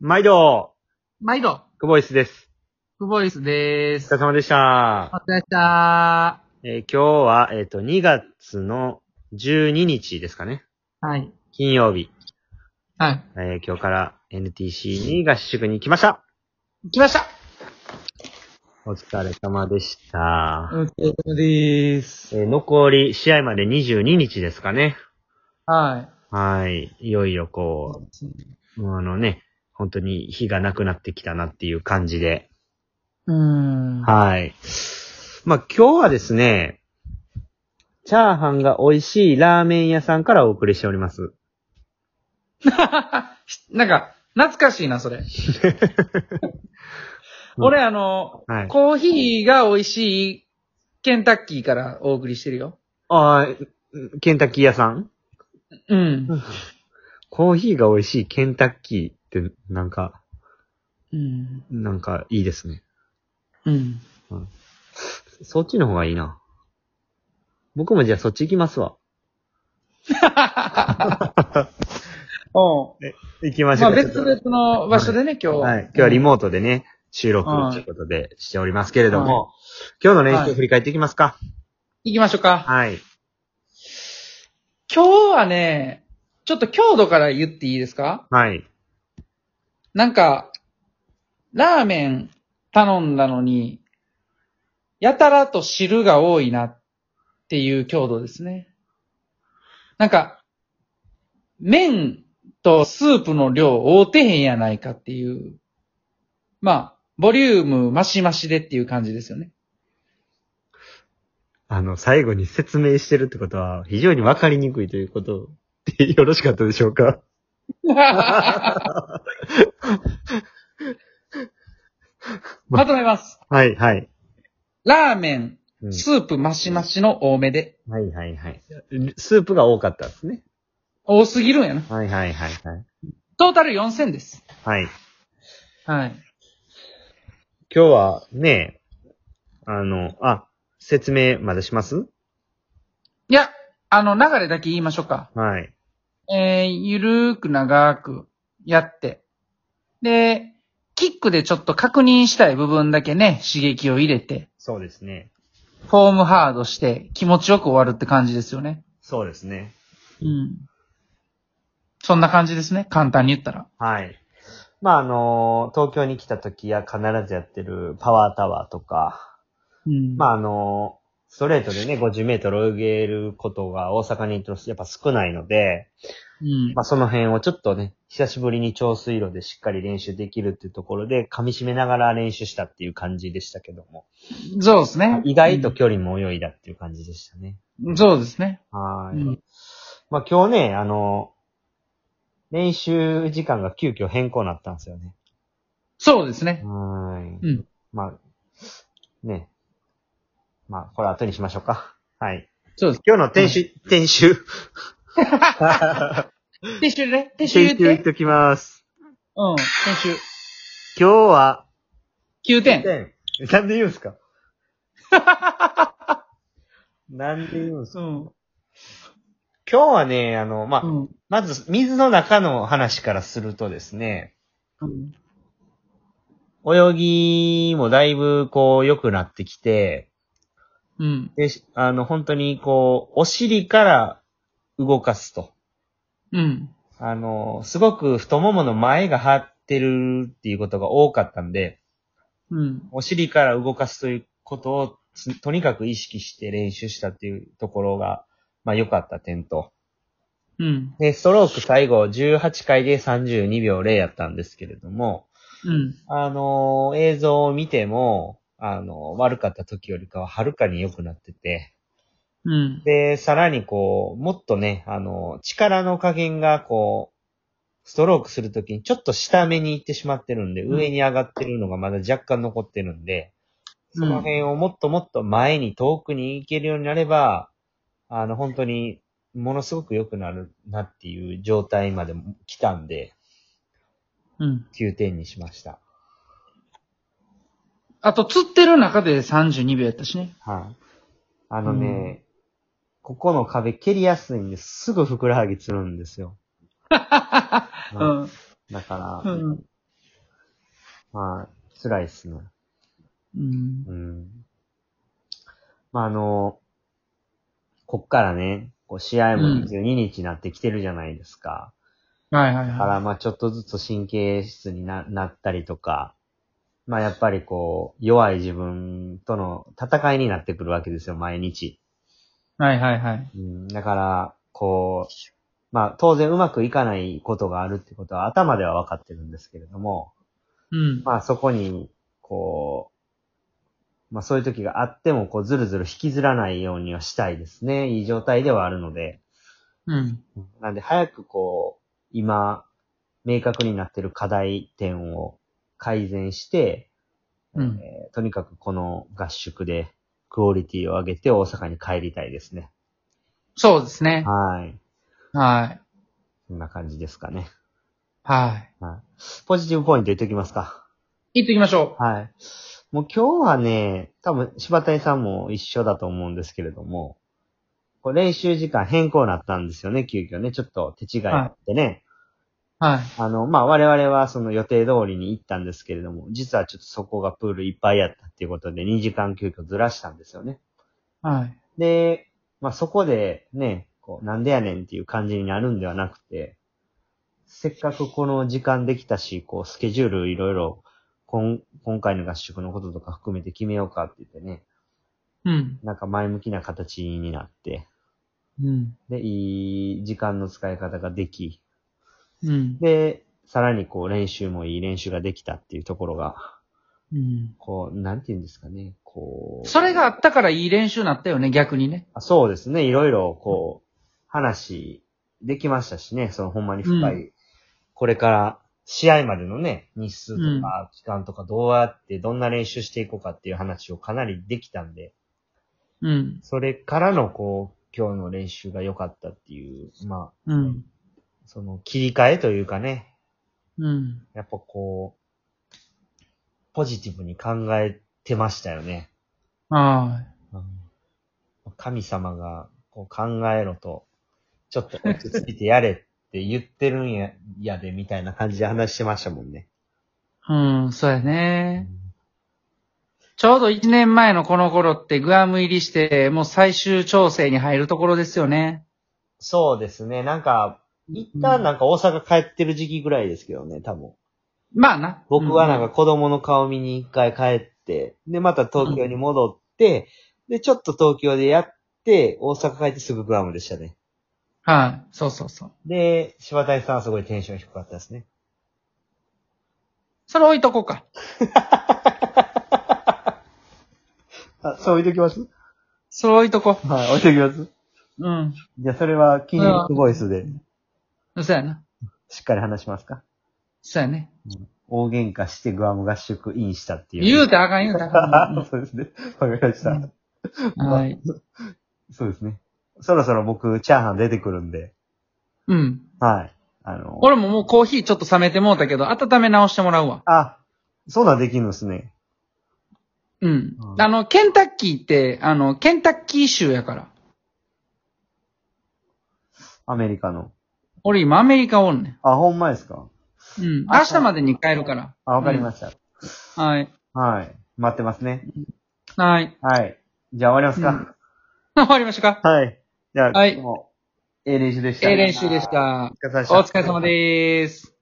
毎度、毎度、久保イスです。クボイスでーおす。疲れ様でした。お疲れ様でしたえー今日は、えっ、と、2月の12日ですかね。ー。はい。金曜日。はい。えー今日から NTC に合宿に来ました。来ましたお疲れ様でした。お疲れ様でーす。えー残り試合まで22日ですかね。ははい。いよいよい。こう、あのね、本当に日がなくなってきたなっていう感じで。うーん。はい。まあ、今日はですね、チャーハンが美味しいラーメン屋さんからお送りしております。 なんか、懐かしい な、それ。うん俺、あの、はいコーヒーが美味しいケンタッキーからお送りしてるよ。ああ、ケンタッキー屋さんうん。コーヒーが美味しいケンタッキーって、なんか、うん。なんかいいですね。うん。そっちの方がいいな。僕もじゃあそっち行きますわ。 お う行きましまょあう。別々の場所でね、今日。はい。今日はリモートでね、収録ということでしておりますけれども、今日の練習振り返っていきますか。行きましょうか。はい。今日はね、ちょっと強度から言っていいですかはい。なんか、ラーメン頼んだのに、やたらと汁が多いなっていう強度ですね。なんか、麺とスープの量合うてへんやないかっていう。まあ、ボリュームマシマシでっていう感じですよね。あの、最後に説明してるってことは、非常にわかりにくいということでよろしかったでしょう かまとめます。はい、はい。ラーメン、うんスープマシマシの多めで。はい、はい、はい。スープが多かったですね。多すぎるんやな。はい、はい、はい、はい。トータル4000です。はい。はい。今日はね、あの、あ、説明まだしますいや、あの、流れだけ言いましょうか。はい。えー、ゆるーく長くやって。で、キックでちょっと確認したい部分だけね、刺激を入れて、そうですね。フォームハードして気持ちよく終わるって感じですよね。そうですね。うん。そんな感じですね。簡単に言ったら。はい。まあ、あの、東京に来た時や必ずやってるパワータワーとか、うん。まあ、あ、あの、ストレートでね、50メートル泳げることが大阪にいるとやっぱ少ないので、うん。まあ、その辺をちょっとね、久しぶりに調水路でしっかり練習できるっていうところで、噛み締めながら練習したっていう感じでしたけども、そうですね。意外と距離も泳いだっていう感じでしたね。うん。そうですね。はうい。んまあ今日ね、あの、練習時間が急遽変更になったんですよね。そうですね。はうい。ん。まあ、ね。まあ、これ後にしましょうか。はい。そうです。今日の転手、転手、撤収ね。撤収言転っ。手言ってときます。うん。撤収。今日は、 9点。点。なんで言うんす かなんで言うんすかうん。今日はね、あの、まあ、うん。まず、水の中の話からするとですね、うん。泳ぎもだいぶ、こう、良くなってきて、うん。で、しあの、本当に、こう、お尻から動かすと。うん。あの、すごく太ももの前が張ってるっていうことが多かったんで、うん。お尻から動かすということをつとにかく意識して練習したっていうところが、まあ良かった点と。うん。で、ストローク最後18回で32秒0やったんですけれども、うん。あのー映像を見ても、あのー悪かった時よりかははるかに良くなってて、うん。で、さらにこう、もっとね、あのー力の加減がこう、ストロークするときにちょっと下目に行ってしまってるんで、うん上に上がってるのがまだ若干残ってるんで、うんその辺をもっともっと前に遠くに行けるようになれば、あの、本当に、ものすごく良くなるなっていう状態まで来たんで、うん。 9点にしました。あと、釣ってる中で32秒やったしね。はい。あのね、ここの壁蹴りやすいんですぐふくらはぎつるんですよ。うん。だから、うん。はい。辛いっすね。うん。うん。まあ、あの、こっからね、こう試合も22日になってきてるじゃないですか。はいはいだかはら、まあ、ちょっとずつ神経質にななったりとか、まあ、やっぱりこう、弱い自分との戦いになってくるわけですよ、毎日。い。はいはいはい。うん、だから、こう、まあ、当然うまくいかないことがあるってことは頭では分かってるんですけれども、うん。まあ、そこに、こう、まあ、そういう時があっても、こう、ずるずる引きずらないようにはしたいですね。いい状態ではあるので。うん。なんで、早くこう、今、明確になってる課題点を改善して、うんえーとにかくこの合宿でクオリティを上げて大阪に帰りたいですね。そうですね。はい。はい。こんな感じですかね。はい。ポジティブポイント言っておきますか。行ってきましょはい。もう今日はね、多分柴谷さんも一緒だと思うんですけれども、こう練習時間変更になったんですよね、急遽ね。ちょっと手違いがあってね。う。はい。あの、まあ、我々はその予定通りに行ったんですけれども、実はちょっとそこがプールいっぱいやったっていうことで2時間急遽ずらしたんですよね。はい。で、まあ、そこでね、こう、なんでやねんっていう感じになるんではなくて、せっかくこの時間できたし、こう、スケジュールいろいろ、こん今回の合宿のこととか含めて決めようかって言ってね、うん。なんか前向きな形になって、うん。で、いい時間の使い方ができ、うん。で、さらにこう練習もいい練習ができたっていうところが、うん。こう、なんて言うんですかね、こう。それがあったからいい練習になったよね、逆にね。あそうですね。いろいろ、こう、話できましたしね。その、ほんまに深い、うこれから、試合までのね、日数うとんか、期間とか、どうやって、どんな練習していこうかっていう話をかなりできたんで、うん。それからの、こう、今日の練習が良かったっていう、まあ、うん。その、切り替えというかね、うん。やっぱこう、ポジティブに考えてましたよね。はうん神様がこう考えろと、ちょっと落ち着いてやれって言ってるんややでみたいな感じで話してましたもんね。い。うん、そうやね。ちょうど1年前のこの頃ってグアム入りして、もう最終調整に入るところですよね。そうですね。なんか、一旦なんか大阪帰ってる時期ぐらいですけどね、多分。まあな。僕はなんうか子供の顔見に一回帰って、で、また東京に戻って、で、ちょっと東京でやって、大阪帰ってすぐグアムでしたね。はい。そうそうそう。で、柴谷さんはすごいテンション低かったですね。それ置いとこうか。あ、そう置いときますそれ置いとこはい、置いときます。う。うん。じゃあ、それは筋肉ボイスでそうやな。しっかり話しますか。そうやね。大喧嘩してグアム合宿インしたっていう。言うたらあかん言うたらあか んそうですね。わかりましうたん。 はい。そうですね。そろそろ僕、チャーハン出てくるんで。うん。はい。あの、俺ももうコーヒーちょっと冷めてもうたけど、温め直してもらうわ。あ、そんなんできるんですね。うんう。んあの、ケンタッキーって、あの、ケンタッキー州やから。アメリカの。俺今アメリカおんねあ、ほんまですかん。うん。明日までに帰るから。あ、わかりました。す。はい。はい。待ってますね。はい。 はい。じゃあ終わりますか。終わりましたかはい。じゃあ、はい今日も、ええ練習でした。ええ練習でし。た。お疲れ様でしおた。疲れ様でーす。